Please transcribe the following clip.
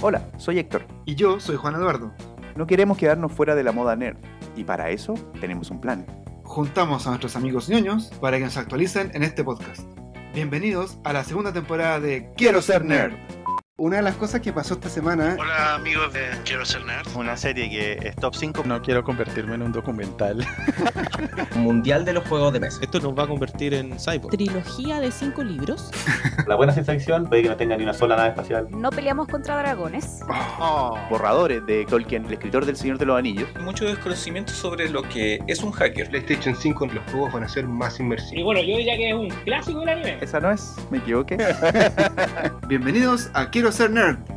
Hola, soy Héctor. Y yo soy Juan Eduardo. No queremos quedarnos fuera de la moda nerd, y para eso tenemos un plan. Juntamos a nuestros amigos ñoños para que nos actualicen en este podcast. Bienvenidos a la segunda temporada de Quiero ser nerd. Una de las cosas que pasó esta semana, Hola amigos de Quiero ser nerd. Una serie que es top 5. No quiero convertirme en un documental. Mundial de los Juegos de Mesa. Esto nos va a convertir en cyborg. trilogía de cinco libros. La buena ciencia ficción puede que no tenga ni una sola nave espacial. No peleamos contra dragones. Borradores de Tolkien, el escritor del Señor de los Anillos. Mucho desconocimiento sobre lo que es un hacker. PlayStation 5 los juegos van a ser más inmersivos. Y bueno, yo diría que es un clásico del anime. Esa no es, me equivoqué. bienvenidos a Quiero ser nerd,